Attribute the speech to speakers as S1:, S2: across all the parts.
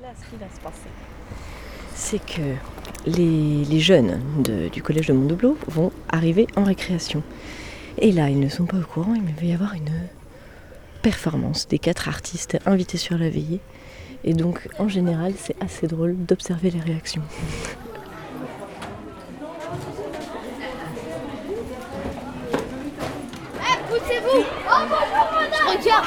S1: Là, ce qui va se passer.
S2: c'est que les, les jeunes de- du collège de Mondoubleau vont arriver en récréation. Et là, ils ne sont pas au courant, il va y avoir une performance des quatre artistes invités sur la veillée. Et donc, en général, c'est assez drôle d'observer les réactions.
S3: Eh, Poussez-vous Oh bonjour madame Regarde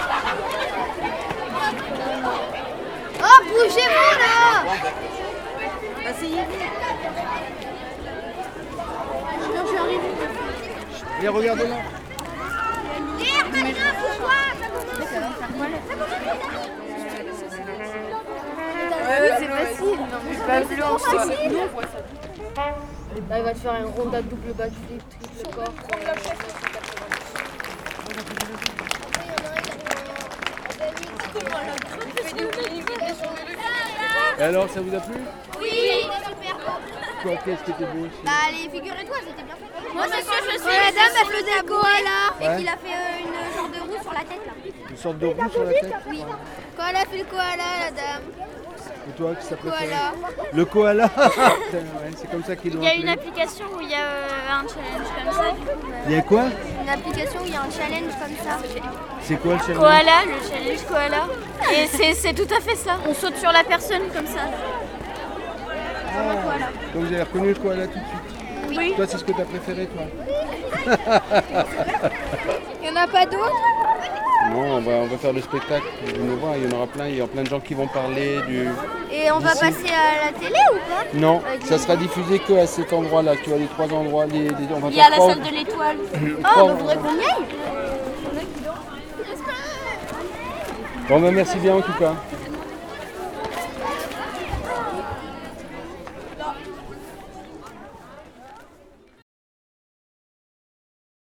S3: Oh bougez-vous là
S4: Et regardez-moi.
S5: Là, il va te faire une ronda double backflip, triple corps.
S4: Et alors, ça vous a plu
S3: Oui super
S4: Quoi, qu'est-ce qui était beau aussi
S3: Bah allez, figurez-toi, j'étais bien faite. Moi c'est sûr, je suis la dame a fait des koala
S4: Ouais.
S3: et qu'il a fait euh, une genre de roue sur la tête là.
S4: Une sorte de roue sur la tête
S3: Oui. Quand elle a fait le koala, la dame.
S4: Et toi, qui ça préféré Le koala Putain, ouais, C'est comme ça qu'il doit
S6: Il y a une application où il y a euh, un challenge comme ça. du coup, bah,
S4: Il y a quoi
S3: Une application où il y a un challenge comme ça.
S4: C'est quoi le challenge
S6: Koala, le challenge koala. Et c'est- c'est tout à fait ça. On saute sur la personne comme ça.
S4: Donc vous avez reconnu le koala tout de suite Oui. Toi, c'est ce que t'as préféré, toi
S3: Il n'y en a pas d'autres
S4: Non, on va, on va faire le spectacle. Vous venez voir, il y en aura plein. Il y aura plein de gens qui vont parler du...
S3: Et on va
S4: Ici.
S3: passer à la télé ou pas
S4: Non,
S3: Avec
S4: ça
S3: les-
S4: sera diffusé que à cet endroit-là. Tu vois, les trois endroits, les, les- on va
S6: Il y a
S4: faire
S6: la
S4: trois...
S6: salle de l'étoile. Oh,
S4: trois-
S3: qu'on y aille
S4: Bon, bah, ben, merci bien en tout cas.